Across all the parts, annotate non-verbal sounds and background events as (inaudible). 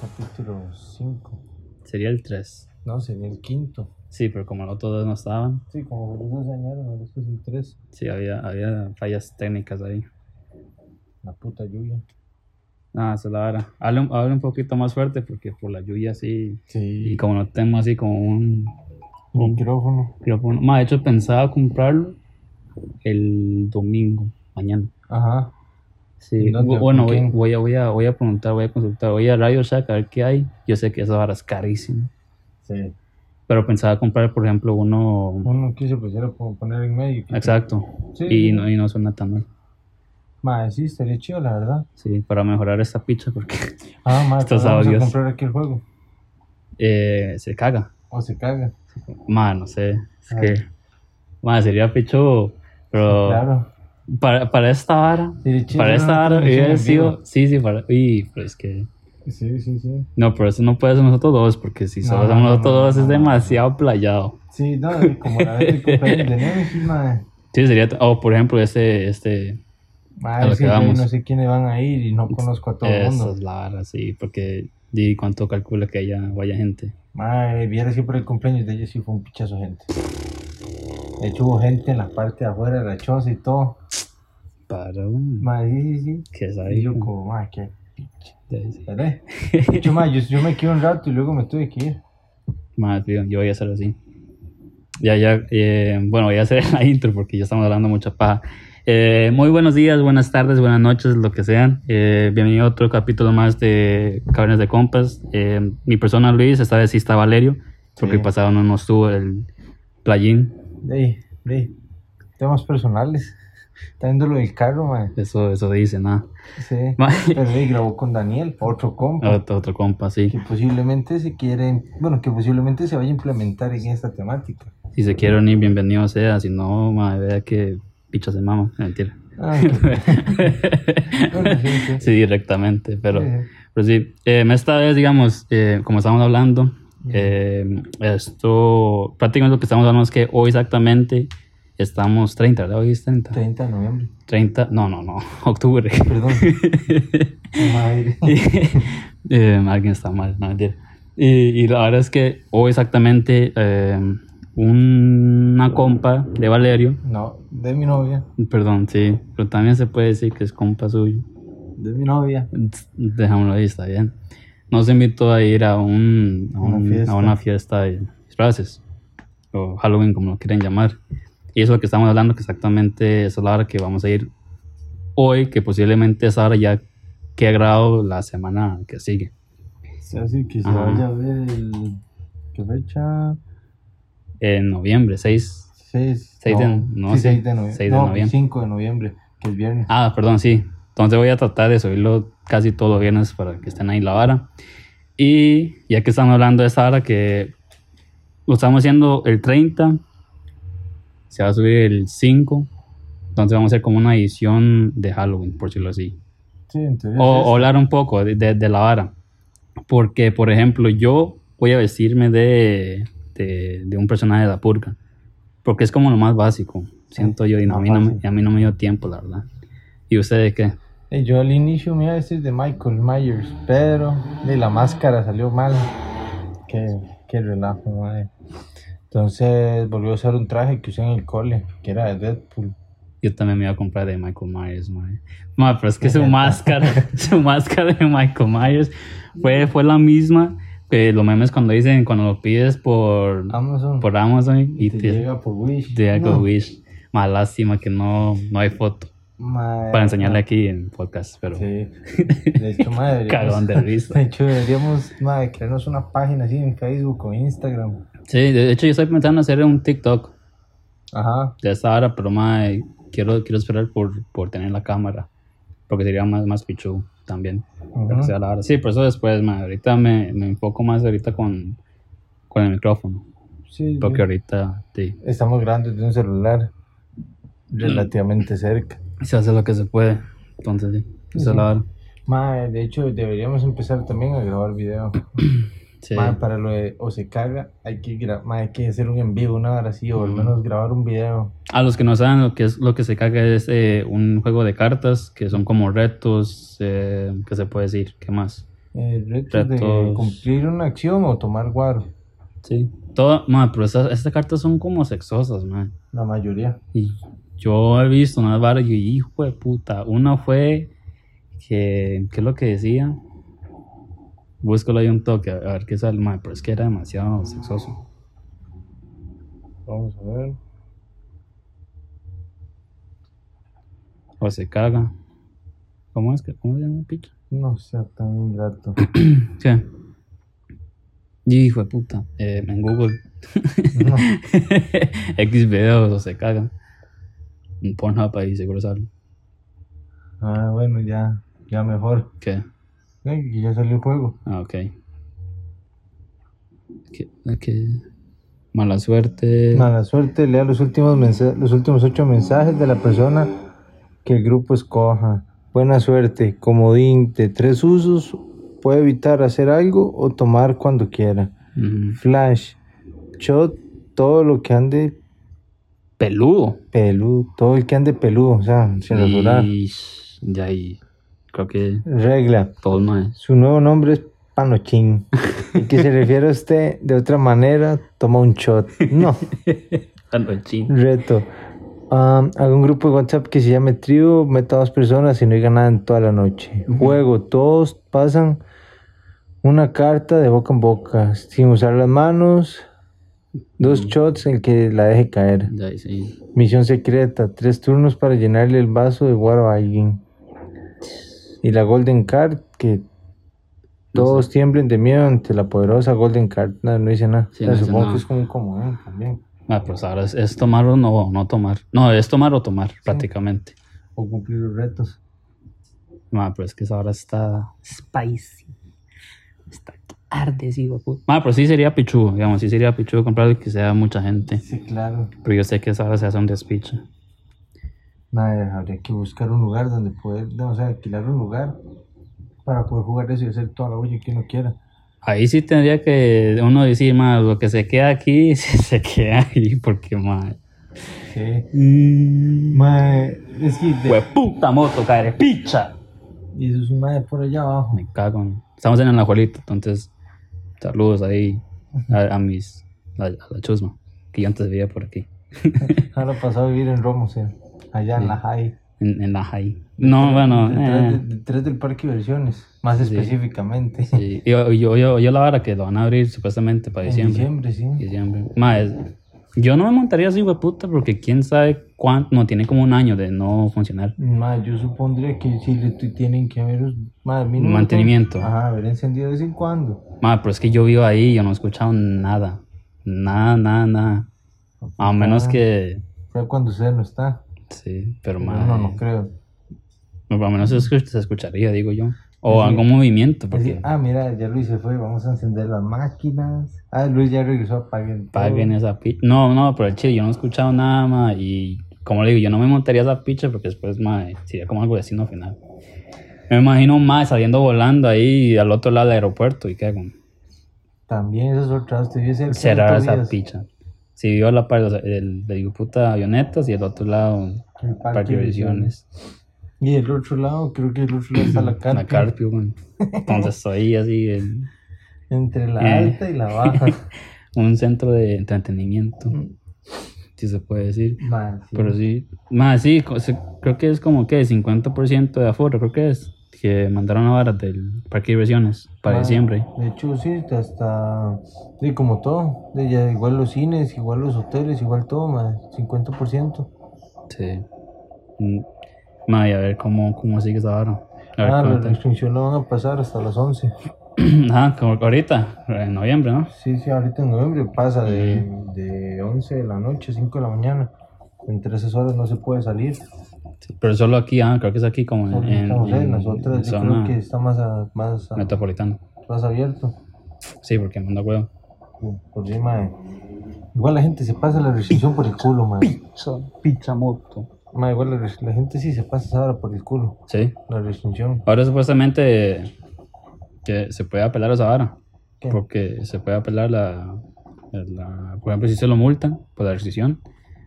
capítulo 5. Sería el 3. No, sería el quinto. Sí, pero como no todos no estaban, Sí, como los dos dañaron, ahora este es el 3. sí, había, había fallas técnicas ahí. La puta lluvia. Ah, se la vara. Hable, un- hable un poquito más fuerte porque por la lluvia sí. Y Sí. como no tengo así como un Micrófono. micrófono. Más, de hecho pensaba comprarlo el domingo, mañana. Ajá. Sí, ¿En dónde? bu- bueno, ¿Con voy, quién? voy a, voy, a, voy a preguntar, voy a consultar, voy a Radio Shack a ver qué hay. Yo sé que esa vara es carísima. Sí. Pero pensaba comprar, por ejemplo, uno. Uno quiso pues era po- poner en medio. Exacto. Sí. Y, no, y no suena tan mal. Ma, sí, estaría chido, la verdad. Sí, para mejorar esta picha porque Ah, ma, Estos vamos a audios. comprar aquí el juego. eh, se caga. O se caga. Más, no sé. Es Ah. que. Más, sería picho. Pero Claro. para, para esta vara. Sería chido Oh. Para hacer esta una vara transmisión hubiera en vivo. sido. Sí, sí, para. Y, pero es que. Sí, sí, sí. No, pero eso no puede ser nosotros dos, porque si solo No, somos no, nosotros no, dos no, es no. demasiado playado. Sí, no, y como la vez del cumpleaños de Nemesis, ma. Sí, sería. O por ejemplo, este. este Ma, A lo es que que yo vamos. no sé quiénes van a ir y no conozco a todo el esa mundo. es la vara, sí, porque. ¿Y cuánto calcula que haya, vaya gente? Madre, viera siempre el cumpleaños de ellos sí fue un pichazo de gente. De hecho hubo gente en la parte de afuera de la choza y todo. Para un. Madre, sí, sí, ¿Qué es sí. ahí? Y yo como, madre, qué picha. Sí. ¿Verdad? De hecho, madre, yo, yo me quedé un rato y luego me tuve que ir. Madre, tío, yo voy a hacer así. Ya, ya, eh, bueno, voy a hacer (laughs) la intro porque ya estamos hablando mucha paja. Eh, muy buenos días, buenas tardes, buenas noches, lo que sean. Eh, bienvenido a otro capítulo más de Cabernes de Compas. Eh, mi persona Luis, esta vez sí está Valerio, porque Sí. el pasado no nos tuvo el plugin. De ahí, de ahí. Temas personales. Está viendo lo del carro, madre. Eso, eso dice, nada. Sí. Pero ahí grabó con Daniel, otro compa. (laughs) otro, otro compa, sí. Que posiblemente se quiere, bueno, que posiblemente se vaya a implementar en esta temática. Si se quiere unir, bienvenido sea. Si no, madre, vea que picha se mama. Mentira. (laughs) Ah, qué- bueno, sí, sí. sí, directamente, pero... Sí, sí. Pero sí, em, esta vez, digamos, eh, como estamos hablando, em, esto, prácticamente lo que estamos hablando es que hoy exactamente estamos 30, ¿verdad? Hoy es 30. 30 de noviembre. 30, no, no, (laughs) no, octubre. (laughs) Perdón. Madre. Em, alguien está mal, no mentira. Y, y la verdad es que hoy exactamente em, una compa de Valerio, No, de mi novia. perdón, sí, pero también se puede decir que es compa suyo. De mi novia. Dejámoslo ahí, está bien. Nos invitó a ir a, un, a, Una un- fiesta. a una fiesta de disfraces, o Halloween, como lo quieran llamar. Y eso es lo que estamos hablando, que exactamente es la hora que vamos a ir hoy, que posiblemente esa hora ya que grado la semana que sigue. Así que se Ajá. vaya a ver el. ¿Qué fecha? En noviembre, 6. 6. Seis de- no, sí, 6 de noviembre. seis de no, noviembre. 5 de noviembre, que es viernes. Ah, perdón, sí. Entonces voy a tratar de subirlo casi todos los viernes para que estén ahí la vara. Y ya que estamos hablando de esa vara que lo estamos haciendo el 30, se va a subir el 5. Entonces vamos a hacer como una edición de Halloween, por decirlo así. Sí, entonces. O o hablar un poco de, de- de la vara. Porque, por ejemplo, yo voy a vestirme de, de, de un personaje de la purga. Porque es como lo más básico, siento yo. Y no, a, mí no me, fácil. a mí no me dio tiempo, la verdad. ¿Y ustedes qué? Eh, yo al inicio me iba a decir de Michael Myers, pero de la máscara salió mal. Qué, qué relajo, madre. Entonces volvió a usar un traje que usé en el cole, que era de Deadpool. Yo también me iba a comprar de Michael Myers, mae. Mae, pero es que su Neta. máscara, (laughs) su máscara de Michael Myers fue, fue la misma que los memes cuando dicen, cuando lo pides por, Amazon. por Amazon y y te, te, llega por Wish. te hago No, wish. Mae, lástima que no, no hay foto madre. para enseñarle aquí en podcast, pero Sí. (laughs) De hecho, madre. pues, cagón de risa. De hecho, deberíamos madre, crearnos una página así en Facebook o Instagram. (laughs) Sí, de hecho yo estoy pensando hacer un TikTok Ajá. de esta hora, pero mae, quiero, quiero esperar por, por tener la cámara, porque sería más, más pichu también. lo que Ujú. sea la hora. Sí, por eso después, ma, ahorita me, me enfoco más ahorita con, con el micrófono. Sí, Porque yo- ahorita sí, Estamos grabando de un celular relativamente cerca. se hace lo que se puede. Entonces, sí, esa es la hora. Madre, de hecho, deberíamos empezar también a grabar video. Sí. Madre, para lo de o se caga, hay que, gra- madre, hay que hacer un en vivo una hora así, o al Ujú. menos grabar un video. A los que no saben lo que es lo que se caga es eh, un juego de cartas que son como retos, eh, ¿qué se puede decir? ¿Qué más? eh, retos de Retos. cumplir una acción o tomar guaro, Sí. Toda, ma, pero estas, estas cartas son como sexosas, man. la mayoría. Y yo he visto unas varas y hijo de puta. Una fue que, ¿qué es lo que decía? Búscalo ahí un toque, a a ver qué sale, ma, pero es que era demasiado sexoso. Vamos a ver. O se caga. ¿Cómo es que, cómo se llama, picha? No sea tan (laughs) ingrato. Sí. Hijo de puta. Eh, en Google. (laughs) No. X videos o se cagan. Un Pornhub ahí seguro sale. Ah, bueno, ya, ya mejor. ¿Qué? Ay, que ya salió el juego. Ah, ok. ¿Qué? qué? Mala suerte. Mala suerte, lea los últimos, mensa- los últimos ocho mensajes de la persona que el grupo escoja. Buena suerte, comodín de tres usos, puede evitar hacer algo o tomar cuando quiera. Mm. Flash, shot, todo lo que ande Peludo. peludo, todo el que ande peludo, o sea, sin rasurar. Ish, De ahí. Creo que Regla, todo más. su nuevo nombre es Panochín. El que se refiere a usted de otra manera, toma un shot. No. Reto. Am, haga un grupo de WhatsApp que se llame Trío, meta dos personas y no diga nada en toda la noche. Juego, todos pasan una carta de boca en boca, sin usar las manos, dos shots en que la deje caer. De ahí sí. Misión secreta, tres turnos para llenarle el vaso de guaro a alguien. Y la Golden Card, que todos tiemblen de miedo ante la poderosa Golden Card. No, no dice nada. Sí, O sea, no dice supongo nada. que es como un comodín también. Ah, pues ahora es, es tomar o no, no tomar. No, es tomar o tomar, prácticamente. O cumplir los retos. Ma, pero es que esa hora está. Spicy. Está que arde, sí, puta. Ma, pero sí sería pichudo, digamos, sí sería pichudo comprarle que sea mucha gente. Sí, claro. Pero yo sé que esa hora se hace un despiche. Madre, habría que buscar un lugar donde poder, no, o sea, alquilar un lugar para poder jugar eso y hacer toda la bulla que uno quiera. Ahí sí tendría que uno decir, ma, lo que se queda aquí, (laughs) se queda ahí, porque, ma. Sí. Mmm. Madre, es que. de- puta moto, caer, picha. y eso es un madre por allá abajo. Me cago. en- Estamos en Anajuelito, entonces saludos ahí a, a mis. A, a la chusma, que yo antes vivía por aquí. (laughs) Ahora pasó a vivir en Romos, eh, allá en la Jai. En, en la Jai. No, bueno. Detrás, eh. de- detrás del parque de versiones, más específicamente. Sí, yo, yo, yo, yo la vara que lo van a abrir supuestamente para En diciembre. diciembre, sí. Diciembre. Ma, es- yo no me montaría así, puta, porque quién sabe cuánto. No, tiene como un año de no funcionar. Madre, yo supondría que sí le tu- tienen que haber un- madre, mínimo- Mantenimiento. Ajá, haber encendido de vez en cuando. Ma, pero es que yo vivo ahí y yo no he escuchado nada. Nada, nada, nada. A menos que. Ya cuando usted no está. Sí, pero No, ma, no, no creo. a menos se, escu- se escucharía, digo yo. O Pues Sí. algún movimiento, Así, porque ah, mira, ya Luis se fue, vamos a encender las máquinas. Ah, Luis ya regresó, apaguen. todo. paguen esa picha. No, no, pero el chile, yo no he escuchado nada, ma. Y como le digo, yo no me montaría esa picha porque después, ma, sería como algo vecino final. Me imagino un ma saliendo volando ahí al otro lado del aeropuerto y qué con. También esas otras, te vi ser Cerrar esa picha. Si vio la parte, o sea, el- le digo puta avionetas y el otro lado, El parque parque de de diversiones. Y el otro lado, creo que el otro lado está (clears throat) la La carpa. Carpio, güey. (laughs) Entonces estoy así en Entre la Eh. alta y la (laughs) baja. un centro de entretenimiento, si se puede decir. Man, sí. Pero sí, más sí, co- se- creo que es como que 50% de aforo, creo que es. Que mandaron la vara del parque de diversiones para Ah, diciembre. De hecho, sí, hasta. Sí, como todo. De ya, igual los cines, igual los hoteles, igual todo, man. 50%. Sí. Mm, ma, y a ver cómo, cómo sigue esa vara. A ver Ah, la cuánto- restricción la van a pasar hasta las 11. (clears throat) Ajá, como ahorita, en noviembre, ¿no? Sí, sí, ahorita en noviembre pasa de, de 11 de la noche a 5 de la mañana. Entre esas horas no se puede salir. Sí, pero solo aquí, ah, creo que es aquí como en, en, Estamos en en- las en otras, yo creo zona que está más, a- más, a- metropolitana. más abierto. Sí, porque manda huevo. Por sí, mae. Igual la gente se pasa la restricción por el culo, mae. Pizza moto. Mae, igual la, res- la gente sí se pasa ahora por el culo, Sí. la restricción. Ahora supuestamente que se puede apelar a esa vara. ¿Qué? Porque se puede apelar la, la- Por ejemplo, si se lo multan por la rescisión,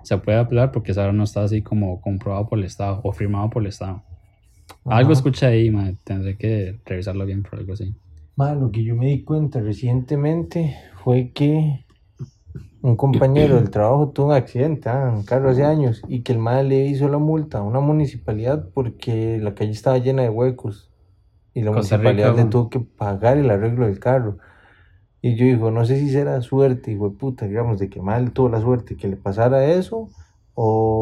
se puede apelar porque esa vara no está así como comprobado por el Estado o firmado por el Estado. Algo escuché ahí, ma, tendré que revisarlo bien por algo así. Mae, lo que yo me di cuenta recientemente fue que un compañero del trabajo tuvo un accidente, ah, en un carro hace años, y que el mae le hizo la multa a una municipalidad porque la calle estaba llena de huecos. Y la Costa Rica, municipalidad le weón. tuvo que pagar el arreglo del carro. Y yo digo, no sé si será suerte, hijo de puta, digamos, de que mal tuvo la suerte que le pasara eso,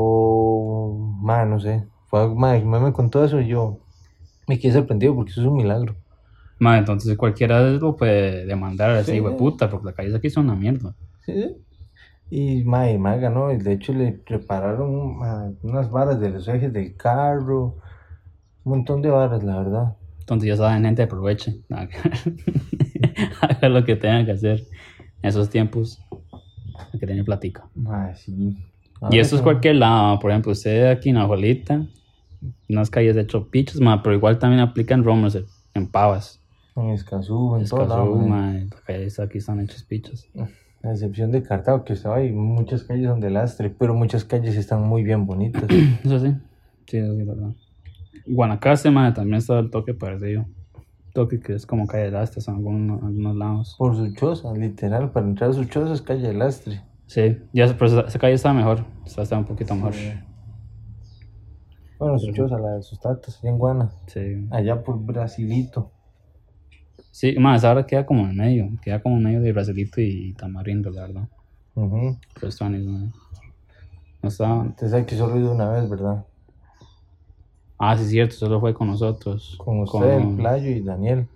o, mae, no sé. Fue, algo- mae, el mae me contó eso y yo me quedé sorprendido porque eso es un milagro. Mae, entonces cualquiera lo puede demandar a ese Sí. hijo de puta, porque las calles aquí son una mierda. Sí, sí. Y mae, mae ganó. y De hecho, le prepararon mae, unas varas de los ejes del carro. Un montón de varas, la verdad. Entonces ya saben, gente, (laughs) aprovechen. Nada que- Hagan lo que tengan que hacer en esos tiempos. Hay que tener platica. Mae, Ah, sí. Y Ahora eso es sí. cualquier lado, por ejemplo, usted aquí en Ajolita, unas calles de chopichos, ma, pero igual también aplican en Romerset, en Pavas. En Escazú, en todo lado. Escazú, mae. ma, las calles aquí están hechos pichos. (clears throat) A excepción de Cartago, que estaba ahí. Muchas calles son de lastre, pero muchas calles están muy bien (clears throat) bonitas. Eso sí, sí, eso sí, la verdad. Guanacaste, ma, también está el toque parecido. Toque que es como calle de lastres en alguno- algunos lados. Por su choza, literal. Para entrar a su choza es calle de lastre. Sí, ya, pero esa, esa calle está mejor, está, está un poquito mejor. Sí. Bueno, su choza, la de sus tatas, allá en Guana. Sí, Allá por Brasilito. más ahora queda como en medio, queda como en medio de Brasilito y Tamarindo, la verdad. Ujú. Pero está ni- No está, Entonces hay que solo ir una vez, ¿verdad? Ah, sí, cierto, solo fue con nosotros. Con usted, el Playo y Daniel.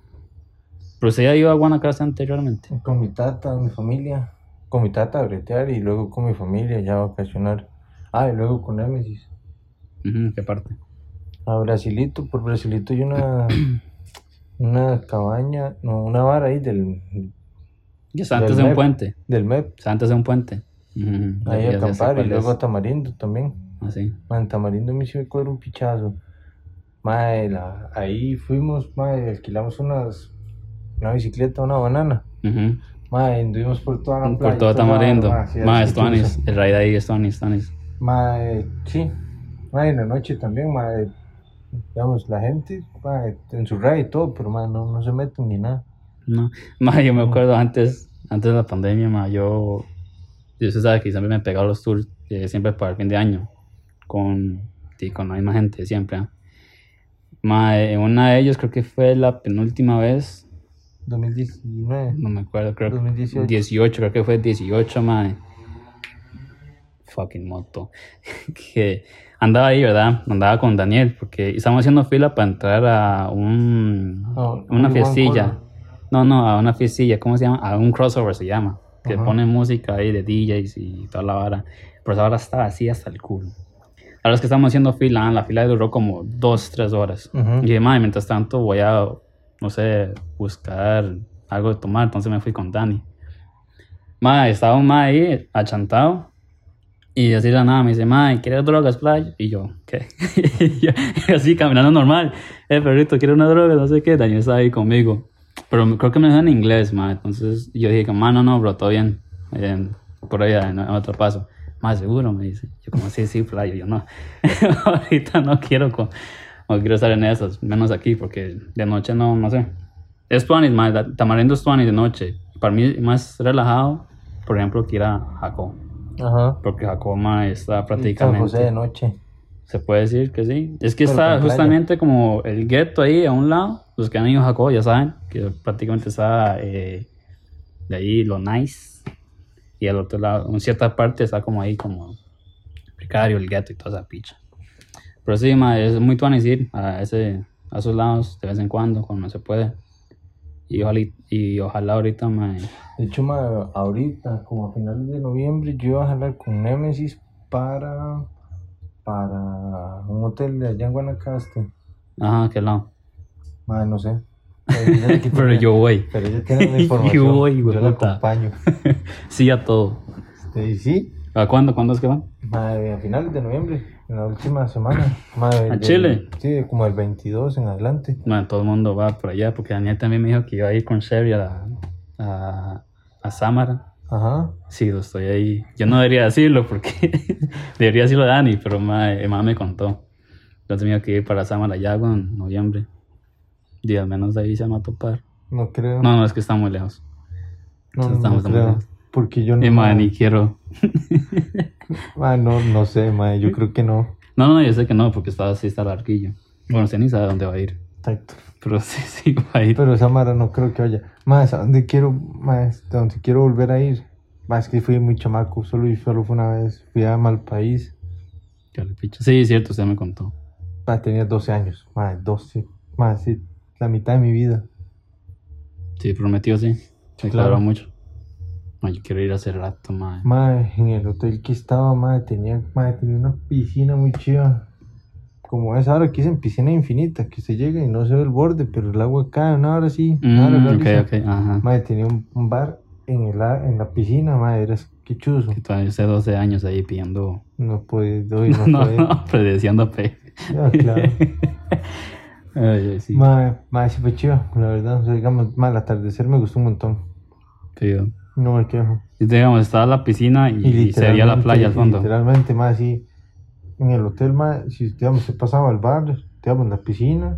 Pero usted ya iba a Guanacaste anteriormente. Con mi tata, mi familia. Con mi tata a bretear y luego con mi familia ya a vacacionar. Ah, y luego con Nemesis. Ujú, ¿Qué parte? A Brasilito, por Brasilito hay (clears throat) una, una cabaña, no, una vara ahí del, Ya está antes de Del un Mep. puente. del MEP. Está antes de un puente. Ujú, Ahí ya- a ya sé acampar y cuál es. luego a Tamarindo también. Ah, sí. Ma, En Tamarindo me hizo cuadro un pichazo. Mae, la- ahí fuimos, mae, alquilamos unas, una bicicleta, una banana. Ujú. Mae, anduvimos por toda la Por playa, todo toda la- Tamarindo. ma, sí, Más, así chuzo. Estonis. El raid ahí, Estonis, Estonis. Mae, sí. Mae, en la noche también, mae. Digamos, la gente, mae, en su radio y todo, pero mae, no, no se meten ni nada. No. Ma, yo me acuerdo antes, antes de la pandemia, ma, yo, yo usted sabe que siempre me pegaba los tours, eh, siempre para el fin de año, con, sí, con la misma gente, siempre. ¿ah? Ma, eh, una de ellos creo que fue la penúltima vez, 2019. no me acuerdo, creo que 2018. 18, creo que fue 18, mae. Fucking moto. (laughs) que andaba ahí, ¿verdad? Andaba con Daniel, porque estábamos haciendo fila para entrar a un. A un una One fiestilla. Corner. No, no, a una fiestilla, ¿cómo se llama? A un crossover se llama. Que Ajá. pone música ahí de DJs y toda la vara. Pero ahora está así hasta el culo. Ahora es que estamos haciendo fila, ah, la fila duró como 2, 3 horas. Ujú. Y madre, mientras tanto voy a, no sé, buscar algo de tomar. Entonces me fui con Dani. Madre, estaba un mae ahí, achantado. Y así de la nada me dice, madre, ¿quieres drogas, playa? Y yo, ¿qué? (laughs) y yo, así caminando normal. Eh, perrito, ¿quieres una droga? No sé qué. Daniel estaba ahí conmigo. Pero me- creo que me dijo en inglés, madre. Entonces yo dije, mano, no, bro, todo bien. Eh, por allá, en, en otro paso. Más seguro, me dice. Yo, como, sí, sí, playa. Yo, no. (laughs) Ahorita no quiero, co- no quiero estar en esas. Menos aquí, porque de noche no, no sé. Es Tuanis, madre. Tamarindo es Tuanis de noche. Para mí, más relajado, por ejemplo, que ir a Jacob. Ajá. Porque Jacob, mae, está San prácticamente. José de noche. Se puede decir que sí. Es que Pero está con playa. justamente como el gueto ahí a un lado. Los que han ido a Jacob ya saben que prácticamente está eh, de ahí lo nice. Y al otro lado, en cierta parte está como ahí como precario el gueto y toda esa picha. Pero sí, ma, es muy tuanis ir a, ese, a esos lados de vez en cuando, cuando se puede. Y ojalá, y ojalá ahorita, ma, De hecho, mae, ahorita, como a finales de noviembre, yo iba a jalar con Nemesis para, para un hotel de allá en Guanacaste. Ajá, qué lado. Mae, no sé. Pero ella (laughs) tiene- Pero yo voy. Pero ella tiene la Yo información. voy, yo la hueputa. acompaño. Sí a todo. Este, y sí. ¿A cuándo? ¿Cuándo es que van? Madre, a finales de noviembre, en la última semana. Madre, ¿A del- Chile? Sí, como el 22 en adelante. Bueno, todo el mundo va por allá, porque Daniel también me dijo que iba a ir con Sherry a, la- a, a Samara. Ajá. Sí, lo estoy ahí. Yo no debería decirlo, porque (laughs) debería decirlo a Dani, pero ma, eh, ma me contó. Entonces me dijo que ir para Samara ya en noviembre. Y al menos ahí se va a topar. No creo. No, no, es que está muy lejos. No, no, estamos- Em. creo. estamos- Porque yo no. Y madre, ni quiero. Ah, no, no sé, mae. Yo creo que no. No, no, yo sé que no, porque está así, está larguillo. Bueno, usted ni sabe dónde va a ir. Exacto. Pero (laughs) sí, sí, va a ir. Pero esa mara no creo que vaya. Más, ¿a dónde quiero, más, ¿a dónde quiero volver a ir? Más es que fui muy chamaco, solo, y solo fue una vez. Fui a Malpaís, Ya le picho. Sí, es cierto, usted me contó. más, tenía 12 años. Más, 12. Más, sí, la mitad de mi vida. Sí, prometió, sí. Me claro. claro. mucho. Ay, yo quiero ir hace rato, madre. Madre, en el hotel que estaba, madre, tenía, madre, tenía una piscina muy chiva. Como es ahora que dicen piscina infinita, que se llega y no se ve el borde, pero el agua cae, una hora sí, una hora Mm, ok, realiza. ok, ajá. Madre, tenía un, un bar en, el, a- en la piscina, madre, era quichuzo. Que todavía usted 12 años ahí pidiendo. No podía, doy, no, (laughs) No, podía. no, predeciendo a Pe. Ah, claro. Ay, ay, (laughs) sí. Madre, madre, sí fue chiva, la verdad. O sea, digamos, madre, el atardecer me gustó un montón. Pido. No me quejo. Y digamos, estaba la piscina y, y se veía la literalmente- playa al y fondo. Literalmente, más así. En el hotel, más, si digamos, usted pasaba al bar, digamos, en la piscina,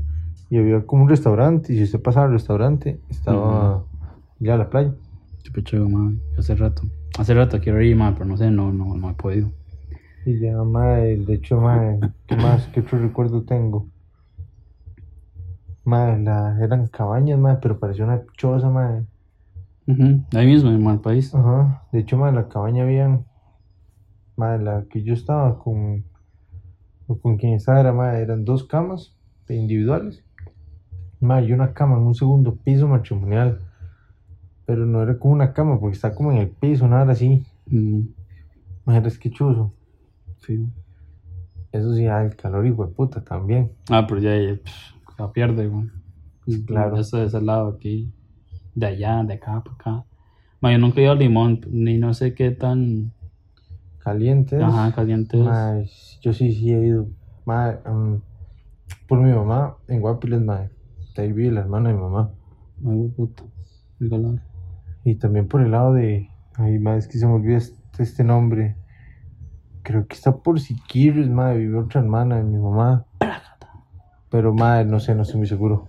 y había como un restaurante, y si usted pasaba al restaurante, estaba ya la playa. Chupichugo, madre. Yo hace rato. Hace rato quiero ir, madre, pero no sé, no, no, no he podido. Y ya, madre, de hecho, madre, ¿qué más? ¿Qué otro recuerdo tengo? Madre, la, eran cabañas, madre, pero parecía una choza, madre. Ujú, Ahí mismo, en mal Ah. país. Ajá, de hecho, madre, en la cabaña había, madre, la que yo estaba con, o con quien estaba, era, madre, eran dos camas individuales, madre, y una cama en un segundo piso matrimonial, pero no era como una cama, porque está como en el piso, nada así, Mm, madre, es que chuzo, fijo. eso sí, ah, el calor, hijo de puta, también, Ah, pero ya, ya, pff, la pierde, güey. pues, Sí, claro. Eso de ese lado aquí, de allá, de acá, para acá. Ma, yo nunca he ido a Limón, ni no sé qué tan caliente es. ajá, caliente es. Mae, yo sí, sí he ido. Mae, mm, por mi mamá, en Guapiles, mae. Está ahí vive la hermana de mi mamá. Ay, güey, puta. El calor. Y también por el lado de. Ay, mae, es que se me olvida este, este nombre. Creo que está por Siquirres, mae. Vive otra hermana de mi mamá. Pero, mae, no sé, no estoy muy seguro.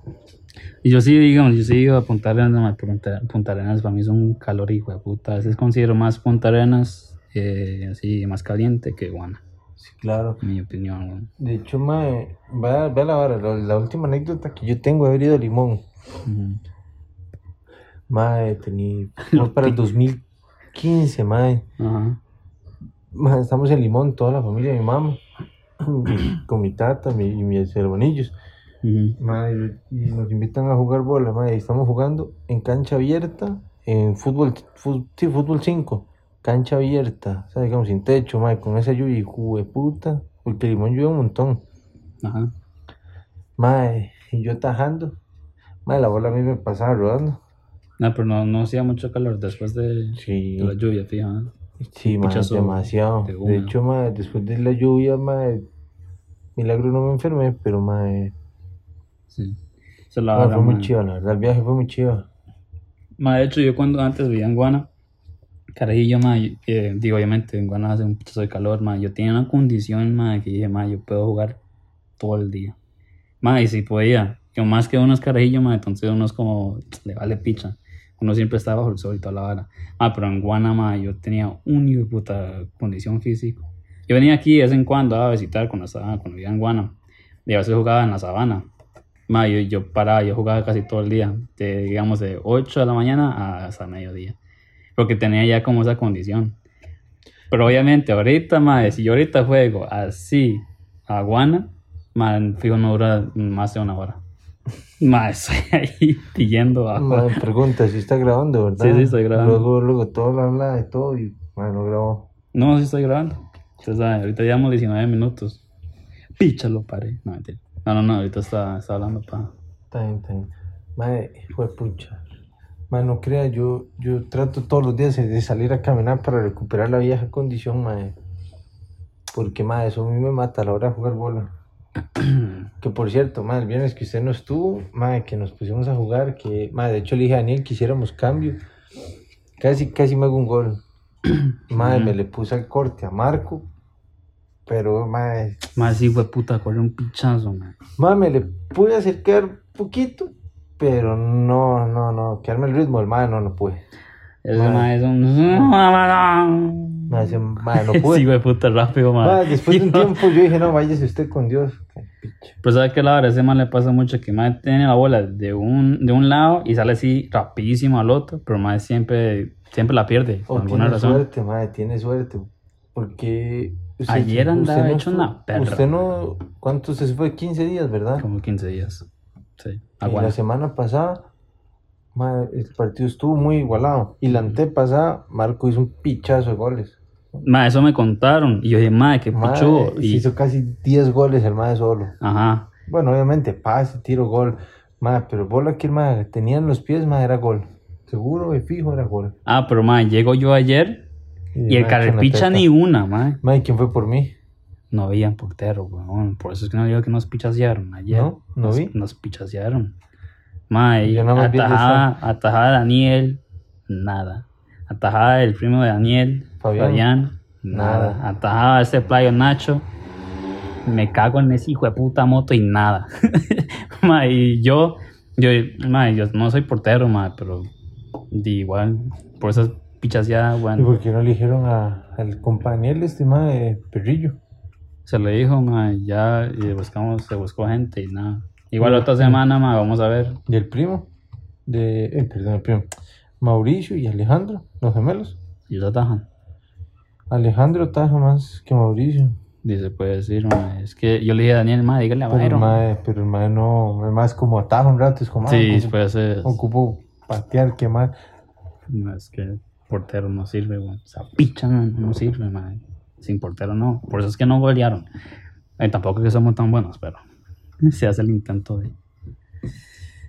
Y yo sí, digamos, yo sí he ido a Punta Arenas, ma, Punta, Punta Arenas para mí es un calor, hijo de puta. A veces considero más Punta Arenas, eh, así, más caliente que Guana, Sí, claro. en mi opinión. güey. De hecho, mae, vea, vea la vara. La, la última anécdota que yo tengo de haber ido a Limón. Ujú. Mae, tenía. (laughs) Fue para el 2015, mae. Ajá. Ma, Estamos en Limón, toda la familia de mi mamá, (clears throat) con mi tata mi, y mis hermanillos. Ujú. Ma, y- y nos invitan a jugar bola, ma, y estamos jugando en cancha abierta, en fútbol, fú- sí, fútbol 5, cancha abierta, o sea, digamos, sin techo, ma, con esa lluvia, hijo de puta, porque Limón llueve un montón. Ajá. Ma, y yo tajando, ma, la bola a mí me pasaba rodando. No, Ah, pero no, no hacía mucho calor después de, Sí, de la lluvia, fija. ¿eh? sí, ma, pichazo demasiado. de De una. hecho, ma, después de la lluvia, ma, milagro no me enfermé, pero, ma, Sí. Se la Ah, agarra, fue muy ma. chido, la verdad, el viaje fue muy chido. Ma, de hecho, yo cuando antes vivía en Guana, carajillo, ma, y- eh, digo, obviamente, en Guana hace un pichazo de calor, ma, yo tenía una condición, ma, que dije, ma, yo puedo jugar todo el día. Ma, y si podía, yo más que unos carajillos, ma, entonces uno es como, le vale picha. Uno siempre está bajo el sol y toda la vara. Ma, pero en Guana, ma, yo tenía un hijo de puta condición física. Yo venía aquí de vez en cuando a visitar cuando estaba, cuando vivía en Guana. Y a veces jugaba en la sabana. Ma, yo, yo paraba, yo jugaba casi todo el día, de, digamos de 8 de la mañana a- hasta mediodía, porque tenía ya como esa condición. Pero obviamente ahorita, madre, si yo ahorita juego así a Guana, madre, fijo no dura más de una hora. (laughs) Madre, estoy ahí pidiendo abajo. Me pregunta si está grabando, ¿verdad? Sí, sí, estoy grabando. Luego, luego todo lo habla de todo y bueno, no grabó. No, sí estoy grabando. Usted sabe, ahorita llevamos 19 minutos. Píchalo, pare. No, mentira. No, no, no, ahorita está, está hablando pa. Está bien, está bien. Madre, hijo de pucha. Madre, no crea, yo, yo trato todos los días de salir a caminar para recuperar la vieja condición, madre. Porque, madre, eso a mí me mata a la hora de jugar bola. Que por cierto, madre, el viernes que usted no estuvo, madre, que nos pusimos a jugar, que, madre, de hecho le dije a Daniel que hiciéramos cambio. Casi, casi me hago un gol. madre, me le puse al corte a Marco, pero, madre, Madre, sí, fue puta, corre un pichazo, madre. madre, me le pude acercar poquito, Pero no, no, no. Quedarme el ritmo, el mae no, no pude. Es Mae. mae, es (laughs) un. Me hace, mae, no Mm. (laughs) Sí, pude. güey, puta rápido, mae. Mae, después (laughs) de un Yo- tiempo yo dije, no, váyase usted con Dios. Qué picha. Pero sabes que la verdad, ese man le pasa mucho que más tiene la bola de un, de un lado y sale así rapidísimo al otro, pero más siempre, siempre la pierde, O por alguna tiene razón. suerte, madre, tiene suerte. Porque. usted- Ayer andaba usted hecho una perra. Usted no. ¿Cuánto se fue? 15 días, ¿verdad? Como 15 días. Sí, Y la aguanta. semana pasada, madre, el partido estuvo muy igualado. Y la Mm. antepasada, Marco hizo un pichazo de goles. Ma, eso me contaron. Y yo dije, madre, qué Madre, pucho. se Y, hizo casi 10 goles el madre solo. ajá. Bueno, obviamente, pase, tiro, gol. Madre, pero bola que el madre tenía en los pies, madre, era gol. Seguro y fijo era gol. Ah, pero madre, llego yo ayer y el madre echó una carrepicha teta. ni una, madre. Madre, ¿quién fue por mí? No habían portero, weón. Por eso es que no digo que nos pichasearon ayer. ¿No? ¿No nos, vi? Nos pichasearon. Mae, Yo nada más vi el atajada, atajada de Daniel, nada. Atajada del primo de Daniel, Fabián. Fabián, nada. Nada. Atajada de ese playo Nacho, me cago en ese hijo de puta moto y nada. (laughs) mae, y yo, yo, mae, yo no soy portero, mae, pero de igual, por esas pichaseadas, ¿Y bueno, por qué no eligieron a, al compañero este más de Perrillo? se le dijo, mae, ya, y buscamos, se buscó gente y nada. Igual otra semana, mae, vamos a ver. Y el primo, de, eh, perdón, el primo, Mauricio y Alejandro, los gemelos. Y los atajan. Alejandro taja más que Mauricio. Dice, puede decir, mae, es que yo le dije a Daniel, mae, dígale a Pero el, Byron. mae, pero el mae no, el mae es como ataja un rato, es como, ah, sí, pues. ocupo, puede ser. ocupo patear, quemar. No, es que portero no sirve, güey. O sea, picha no, no sirve, mae. Sin portero no. Por eso es que no golearon. Eh, tampoco que somos tan buenos, pero (laughs) se hace el intento de.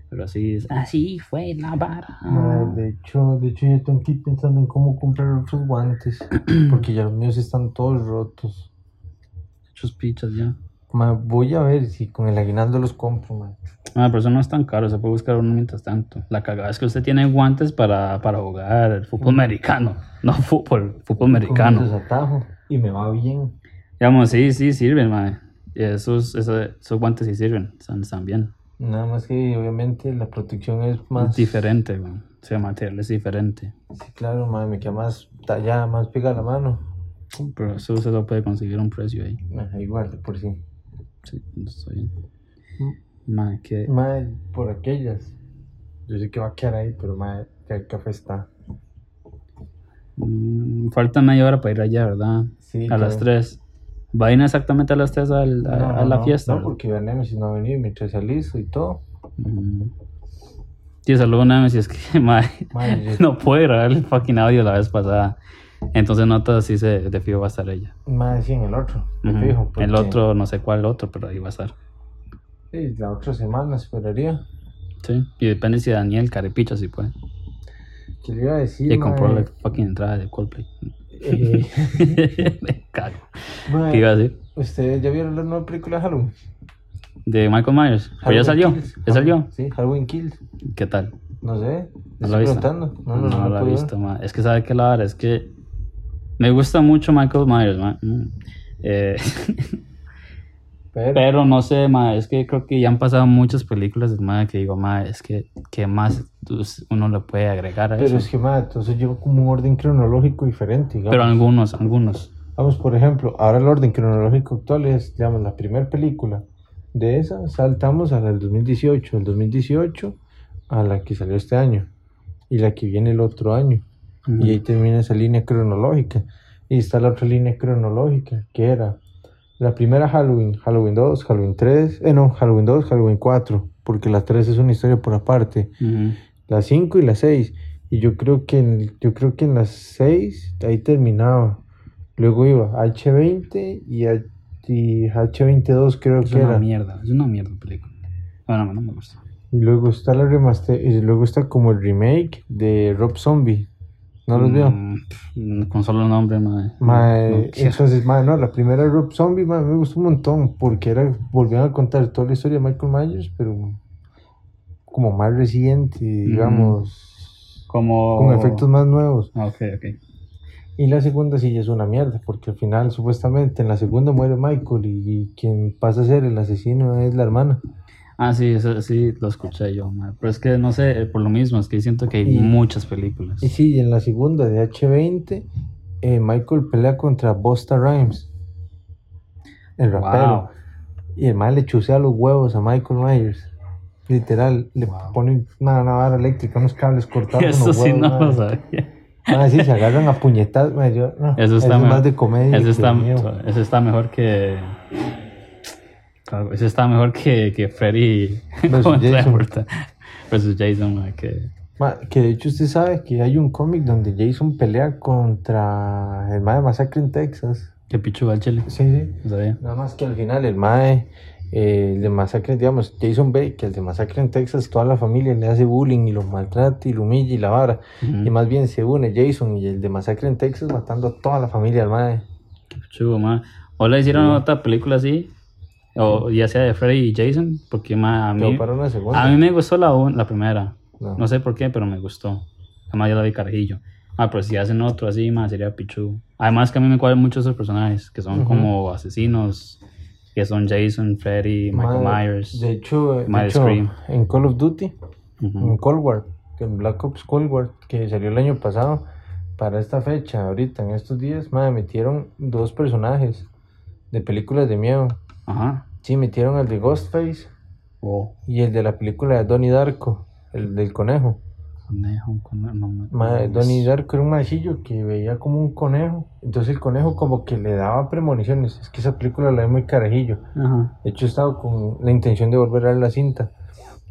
Pero así es. Así fue la vara. Mae, Ah, de hecho, de hecho yo estoy aquí pensando en cómo comprar otros (clears throat) guantes, porque ya los míos están todos rotos. Muchos pichas ya. Mae, voy a ver si con el aguinaldo los compro, mae. Ah, pero eso no es tan caro. Se puede buscar uno mientras tanto. La cagada es que usted tiene guantes para, para jugar el fútbol americano. (laughs) No fútbol, fútbol Con americano. esos atajos, y me va bien. Digamos, sí, sí sirven, mae. Esos, esos, esos guantes sí sirven, están, están bien. Nada más que obviamente la protección es más. Es diferente, güey. O sea, material es diferente. Sí, claro, madre, me queda más tallada, más pega la mano. Pero eso se lo puede conseguir a un precio ahí. Ajá, igual, de por sí. Sí, estoy bien. Mae, que Madre, por aquellas. Yo sé que va a quedar ahí, pero madre, ya el café está. mm, falta media hora para ir allá, ¿verdad? Sí, A las 3. ¿Va a ir exactamente a las 3 al- a, a la fiesta? No, porque Nemesis si no ha venido, mientras listo y todo. Mm. Sí, saludo a Nemesis, es que, (laughs) mae, Madre, yo- no pude grabar el fucking audio la vez pasada. Entonces, nota si se de fijo va a estar ella. madre, sí, en el otro. me Ujú. fijo, porque- El otro, no sé cuál otro, pero ahí va a estar. Sí, la otra semana esperaría. Sí. Y depende si Daniel carepicha si puede. ¿Qué le iba a decir? Y compró la madre? fucking entrada (laughs) de Coldplay. (laughs) Eh, Me cago. madre, ¿Qué iba a decir? ¿Ustedes ya vieron la nueva película de Halloween? De Michael Myers. Pues ya Halloween salió. Kills. Ah, Ya salió. Sí, Halloween Kills. ¿Qué tal? No sé. ¿No ¿No la estoy viste? preguntando. No, no, no, lo No la he pude ver. visto, ma. Es que sabe que la verdad es que me gusta mucho Michael Myers, ma. Mm. Eh, (laughs) Pero, pero no sé, ma. Es que creo que ya han pasado muchas películas del ma que digo, ma, es que ¿qué más us- uno le puede agregar a pero eso? es que, madre, entonces llevo como un orden cronológico diferente. digamos. Pero algunos, algunos. Vamos, por ejemplo, ahora el orden cronológico actual es, digamos, la primera película. De esa saltamos a la del 2018, del 2018 a la que salió este año y la que viene el otro año. Y ahí termina esa línea cronológica. Y está la otra línea cronológica, que era la primera Halloween, Halloween 2, Halloween 3, eh, no, Halloween 2, Halloween 4, porque la 3 es una historia por aparte. Ujú. las 5 y las 6. Y yo creo que en, yo creo que en las 6 ahí terminaba. Luego iba H20 y, H- y H22 creo Es que una era. mierda. Es una mierda película. Bueno, no me gusta. Y luego está la remaster y luego está como el remake de Rob Zombie. No los eh, veo. Mm, pff, Con solo el nombre, ma. Mae, no quiero. entonces, mae, no, la primera Rob Zombie mae, me gustó un montón porque era volvían a contar toda la historia de Michael Myers, pero como más reciente, digamos, Como... con efectos más nuevos. Ah, Ok, ok. Y la segunda sí es una mierda, porque al final supuestamente en la segunda muere Michael y, y quien pasa a ser el asesino es la hermana. Ah, sí, eso sí lo escuché yo, ma. pero es que no sé, eh, por lo mismo, es que siento que hay Y- muchas películas. Y sí, y en la segunda de H20, eh, Michael pelea contra Busta Rhymes, el rapero. Wow. Y el mae le chusea los huevos a Michael Myers. Literal, le Wow. pone una, una vara eléctrica, unos cables cortados. (laughs) Eso unos sí huevos, no lo mae. sabía. Ah, sí, se agarran a puñetazos. mae, yo- no, Eso está es mejor. más de comedia. Ese que está, mío. ese está mejor que. Ese está mejor que, que Freddy (laughs) Versus contra Jason. Everton. Versus Jason, ma, que. Ma, que de hecho usted sabe que hay un cómic donde Jason pelea contra el mae de Masacre en Texas. Que pichu va al chile. Sí, sí. no sabía. Nada más que al final el mae, eh, el de Masacre, digamos, Jason Bay, que el de Masacre en Texas, toda la familia le hace bullying y lo maltrata y lo humilla y la vara. Ujú. Y más bien se une Jason y el de Masacre en Texas matando a toda la familia del mae. Chugo, ma. O le hicieron otra película así, o ya sea de Freddy y Jason, porque ma, a, mí, Pero para una segunda. a mí me gustó la, un- la primera. No. No sé por qué, pero me gustó. Además, ya la vi carajillo. Ah, pero si hacen otro así, ma, sería Pichu. Además, que a mí me cuadran mucho esos personajes, que son Ujú. como asesinos, que son Jason, Freddy, Michael Mae, Myers. De hecho, de Mae de hecho, Scream. en Call of Duty, Ujú. en Cold War, en Black Ops Cold War, que salió el año pasado, para esta fecha, ahorita, en estos días, mae, metieron dos personajes de películas de miedo. Ajá. Sí, metieron el de Ghostface Wow. y el de la película de Donnie Darko, el del conejo. Conejo, conejo, no me- Mae, no Donnie sé. Darko era un majillo que veía como un conejo. Entonces el conejo como que le daba premoniciones. Es que esa película la ve muy carajillo. Ajá. De hecho, estaba con la intención de volver a ver la cinta.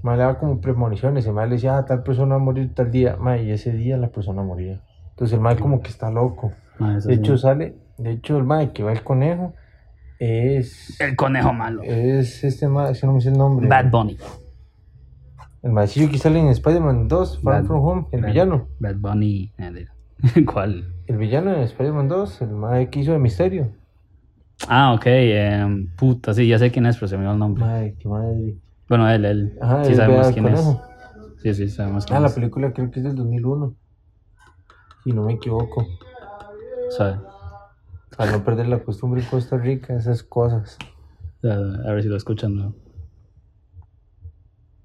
Mae le daba como premoniciones. El mae le decía, ah, tal persona va a morir tal día. Mae, y ese día la persona moría. Entonces el mae como que está loco. Ma, Ah, eso De sí. hecho, sale, de hecho, el mae que va el conejo es. el conejo malo. Es este mae, si no me sé el nombre. Bad Bunny. El maecillo que sale en Spider-Man 2, Far Bad- From Home, el Bad- villano. Bad Bunny. eh, (laughs) ¿Cuál? El villano en Spider-Man 2, el mae que hizo de misterio. Ah, ok. em, puta, sí, ya sé quién es, pero se me olvidó el nombre. Mae, qué madre. Bueno, él, él. Ajá, sí el sabemos Bea quién Conejo. es. Sí, sí, sabemos quién Ah, la es. película creo que es del 2001. Si no me equivoco. Sabe, Para no perder la costumbre en Costa Rica, esas cosas. eh, a ver si lo escuchan. ¿no?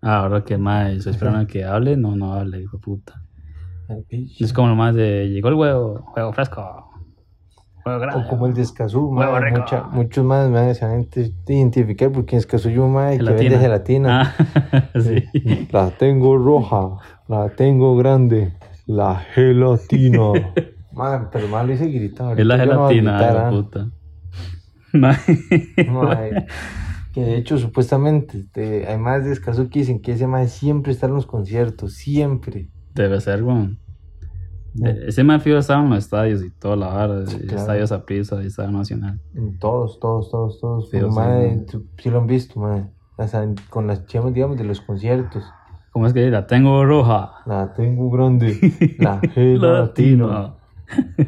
Ah, ahora que más estoy esperando a que hable, no, no hable, hijo de puta. Ay, piche. Es como lo más de llegó el huevo, huevo fresco, huevo grande. O como el de Escazú, mae, Huevo rico. mucha- muchos más me se van a inte- identificar porque en Escazú yo, mae, que vende Gelatina. gelatina. Ah, (laughs) sí. (laughs) La tengo roja, la tengo grande, la (laughs) gelatina. Man, pero mal lo hice gritar. Es la ahorita yo no voy a gelatina, pues. gritar, hijo de ah. puta. (laughs) Ma- Mae, que de hecho, supuestamente, este, hay más de escaso que dicen que ese mae siempre está en los conciertos, siempre. Debe ser, weón. De- Ese más fijo estaba en los estadios y toda la vara, Sí, claro. estadios a prisa, estadio nacional. En todos, todos, todos, todos. Sí, o Pero, sea, mae, no. tú- sí lo han visto, mae. O sea, en- con las chamas, digamos, de los conciertos. ¿Cómo es que la tengo roja? La tengo (laughs) grande, la gelatina. Latino. (laughs)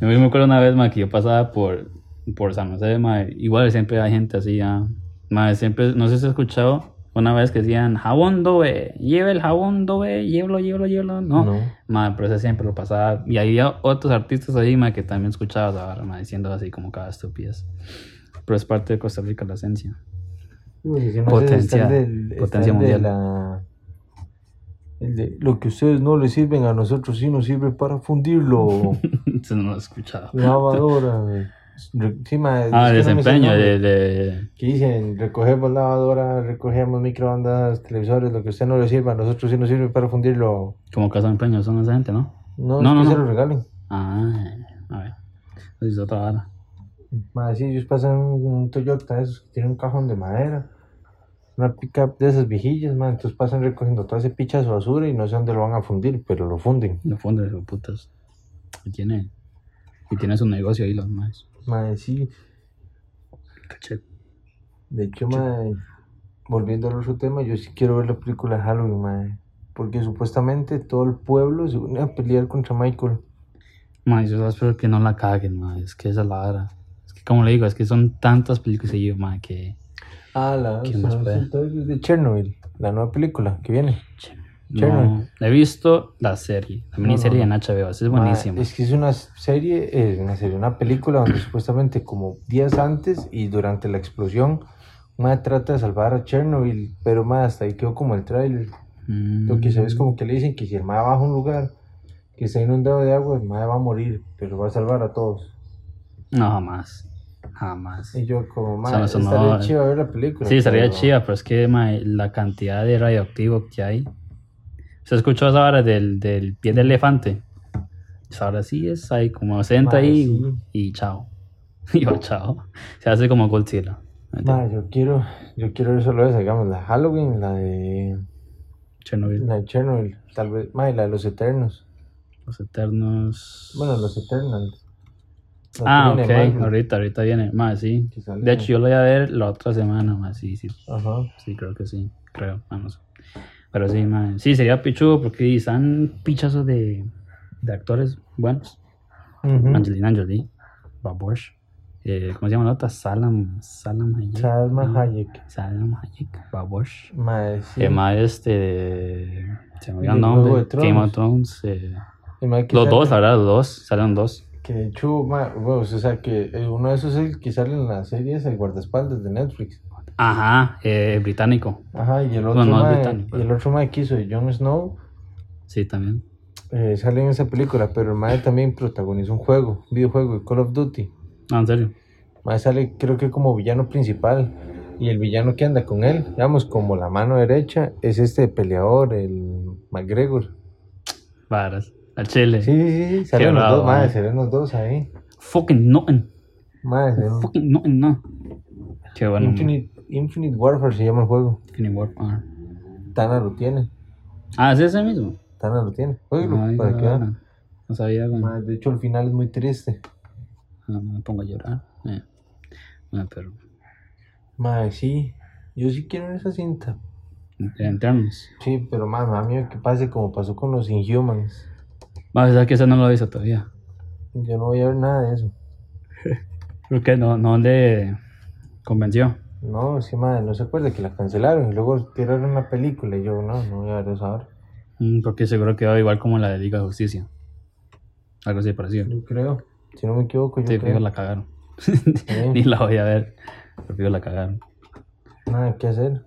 Yo me acuerdo una vez, ma, que yo pasaba por, por San José, ma, igual siempre hay gente así, ah, ma, siempre, no sé si has escuchado una vez que decían, jabón dobe, lleve el jabón dobe, llévelo, llévelo, llévelo, no, No. ma, pero ese siempre lo pasaba, y había otros artistas ahí, ma, que también escuchaba esa vara, ma, diciendo así como cada estupidez, pero es parte de Costa Rica la esencia. (laughs) Bueno, si no Potencia, sé, está el del- está potencia el de mundial. la- el de, lo que ustedes no les sirven a nosotros sí nos sirve para (laughs) fundirlo. Eso no lo he escuchado. Lavadora, güey. Re- sí, mae, Ah, el es que no me sé el desempeño, nombre. de, de- que dicen recogemos lavadora, recogemos microondas, televisores, lo que a usted no le sirva, a nosotros sí nos sirve para fundirlo. como casa de empeño, son esa gente, ¿no? No, No, es no, que se no. lo regalen. Ah, a ver. Eso es otra vara. Madre, sí, ellos pasan un, un Toyota de esos que tiene un cajón de madera, una pickup de esas viejillas, man, entonces pasan recogiendo todo ese pichazo de basura y no sé dónde lo van a fundir, pero lo funden. Lo fondo de putas. Y tiene. Y tiene su negocio ahí los más. Madre, sí, Cachete. de hecho, madre, volviendo al otro tema, yo sí quiero ver la película de Halloween, madre, porque supuestamente todo el pueblo se une a pelear contra Michael. Más, yo solo espero que no la caguen, más. Es que esa es la vara. Es que como le digo, es que son tantas películas seguidas, más, que. Ah, la ¿Quién más son- puede? son todos los de Chernobyl, la nueva película que viene. che, No. Chévere. He visto la serie, la miniserie en HBO. esa es buenísima. Ah, es que es una serie, (clears throat) eh, una serie, una película donde supuestamente como días antes y durante la explosión Mae trata de salvar a Chernobyl, pero más hasta ahí quedó como el tráiler. Mm. Lo que se ve es como que le dicen que si el mae baja a un lugar que está inundado de agua, el mae va a morir, pero va a salvar a todos. No, jamás. Jamás. Y yo como, mae, Eso no sonó, estaría eh. chido ver la película. Sí, estaría pero- chida, pero es que mae, la cantidad de radioactivo que hay. ¿Se escuchó esa hora del, del pie del elefante? Esa hora sí es ahí, como se entra Mae, ahí sí. y chao. (laughs) Y va, chao. Se hace como Godzilla. Mae, yo quiero, yo quiero ver solo esa, digamos, la Halloween, la de, Chernobyl, la de Chernobyl, tal vez, mae, la de los Eternos. los eternos. Bueno, los Eternals. La ah, tiene ok. Marvel. Ahorita, ahorita viene. Más, sí. Que sale- De hecho, yo lo voy a ver la otra semana. Más, sí, sí. Ajá. Sí, creo que sí. Creo, vamos. Pero sí, mae. Sí, sería pichudo porque están pichazos de, de actores buenos. Ujú. Angelina Jolie, Bob Bush. eh, ¿Cómo se llama la otra? Salam, Salam Hayek. Salma no, Hayek. Salam Hayek, Bob Bush. Mae, sí. El mae este de... Se me olvidó De el nombre. Juego de Tronos. Game of Thrones. eh, El mae que Los sale- dos, ahora los dos. Salen dos. Que de hecho, mae, huevos, o sea, que eh, uno de esos es el que sale en la serie es el guardaespaldas de Netflix. Ajá, eh, británico. Ajá, y el otro, no es mae- británico, y el otro mae que hizo de Jon Snow Sí, también. eh, sale en esa película, pero el mae también protagonizó un juego, un videojuego de Call of Duty. No, en serio. Mae sale, creo que como villano principal. Y el villano que anda con él, digamos, como la mano derecha, es este peleador, el McGregor. Varas. Al chile. Sí, sí, sí, sí, salen los bravo, eh. dos, madre, mae. salen los dos ahí. Fucking nothing. Madre, salen- Fucking nothing, no. Qué bueno. mae. Infinite, Infinite Warfare se llama el juego. Infinite Warfare. Tana lo tiene, Ah, es ese mismo. Tana lo tiene. Jueguelo, Ay, para que vean. no, no sabía. güey. Ah, Madre, de hecho, el final es muy triste. No, no me pongo a llorar. Eh. Bueno, pero. Madre, sí, yo sí quiero ver esa cinta. Entramos. Sí, pero madre, me da miedo que pase como pasó con los Inhumans. Vamos a que esa no lo hizo todavía. Yo no voy a ver nada de eso. Creo que no, no le convenció. No, es que madre, no se acuerda que la cancelaron y luego tiraron una película. Y yo, no, no voy a ver eso ahora. Mm, Porque seguro quedó igual como la de Liga de Justicia. Algo así parecido. Yo creo, si no me equivoco, yo Sí, fijo creo. la cagaron. (laughs) Sí. Ni la voy a ver. Pero fijo la cagaron. (laughs) Nada que hacer.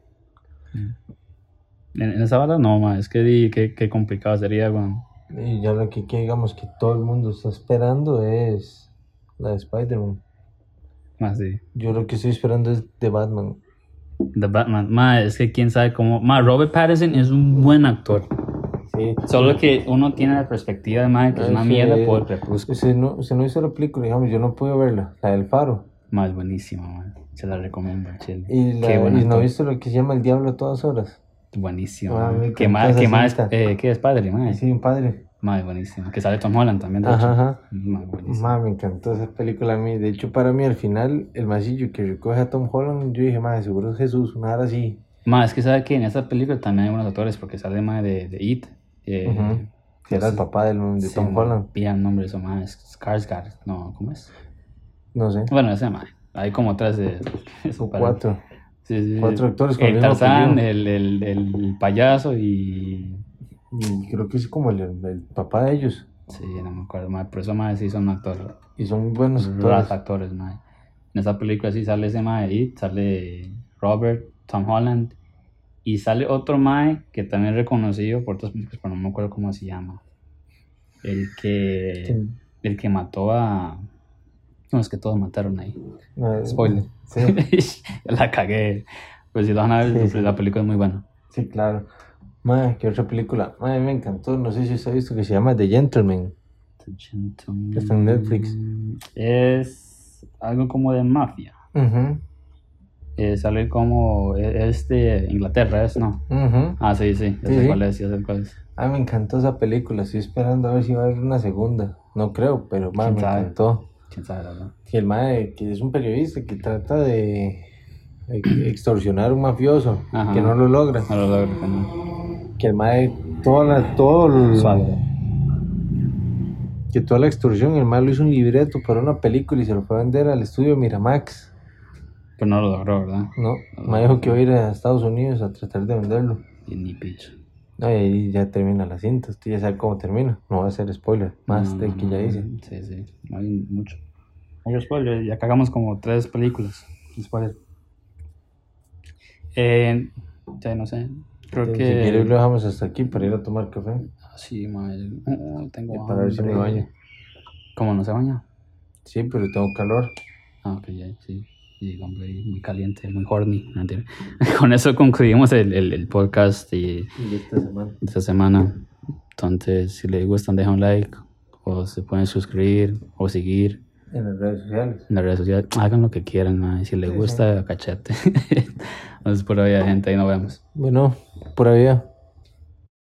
En, en esa bala no, ma, es que di, qué, qué complicado sería, weón. Y ya lo que, que digamos que todo el mundo está esperando es la de Spider-Man. Más sí. Yo lo que estoy esperando es de Batman. The Batman, ma, es que quién sabe cómo. Ma, Robert Pattinson es un buen actor. Sí. Solo que uno tiene la perspectiva de ma, que es una Sí. mierda por Crepúsculo. Se no, se no hizo la película, digamos, yo no pude verla, la del faro. Ma, es buenísima, ma. Se la recomiendo, chile. Y, la, Qué buen y no actor. viste lo que se llama El Diablo a todas horas. Buenísima. Ah, ma. me Que encantó ma, esa que ma es, cinta. eh, que es padre, ma. Sí, mi padre. Ma, es buenísima. Que sale Tom Holland también, de Ajá, hecho. ajá. Ma, buenísima. Ma, me encantó esa película a mí. De hecho, para mí, al final, el masillo que recoge a Tom Holland, yo dije, madre, seguro es Jesús, una hora así. Ma, es que sabe que en esa película también hay buenos actores porque sale ma de, de It. Eh, Ujú. Que era el papá del, de se Tom me Holland. olvida el nombre de eso, ma, es Skarsgård. No, ¿cómo es? No sé. Bueno, ese ma. Hay como tres de. de O superhéroes. cuatro. Sí, sí, sí. Cuatro actores con el El mismo Tarzán, eh. apellido. el, el, el payaso y. Y creo que es como el, el papá de ellos. Sí, no me acuerdo, ma. Por eso, ma, sí son actores. Y son muy buenos actores. Los pues, actores, ma. En esa película sí sale ese ma de It, sale Robert, Tom Holland. Y sale otro mae que también es reconocido por otras películas, pero no me acuerdo cómo se llama. El que. Sí. El que mató a. No, es que todos mataron ahí. No, Spoiler. Sí, (laughs) la cagué. Pues si lo van a ver, Sí, sí. la película es muy buena. sí, claro. Madre, qué otra película. Madre, me encantó. No sé si usted ha visto que se llama The Gentleman. The Gentleman. Que está en Netflix. Es algo como de mafia. Ujú, Eh, sale como. e- Es de Inglaterra, ¿es? No. ujú. Ah, sí, sí. Ya Sí, sé sí. cuál es, ya sé cuál es. Ah, me encantó esa película. Estoy esperando a ver si va a haber una segunda. No creo, pero madre, ¿Quién me sabe? encantó. Quién sabe, la verdad. Y el madre, que es un periodista que trata de ex- extorsionar a un mafioso, Ajá. que no lo logra. No lo logro no. Que el madre, toda la, todo el- que toda la extorsión, el madre lo hizo un libreto para una película y se lo fue a vender al estudio Miramax. Pero no lo logró, ¿verdad? No, me dijo que iba a ir a Estados Unidos a tratar de venderlo. Y ni picho. No, y ahí ya termina la cinta, usted ya sabe cómo termina. No va a hacer spoiler, más No, de no, que ya no, hice. Sí, sí. No hay mucho. Hay spoiler, ya cagamos como tres películas. Spoiler. Eh, ya no sé. Creo Si que. Ah, quieres lo dejamos hasta aquí para ir a tomar café Sí, mae. yo- oh, tengo y para ver si me hambre. baño. ¿Cómo no se baña? Sí, pero tengo calor. Ah, ok, ya, sí. Y el hombre ahí muy caliente, muy horny. No, mentira. (laughs) Con eso concluimos el, el, el podcast y Y esta semana. de esta semana. Entonces, si les gustan, dejen un like. O se pueden suscribir o seguir En las redes sociales. en las redes sociales. Hagan lo que quieran, mae. Si les Sí, (laughs) gusta, cachete. Entonces, por hoy, gente, ahí nos vemos. Bueno, por allá.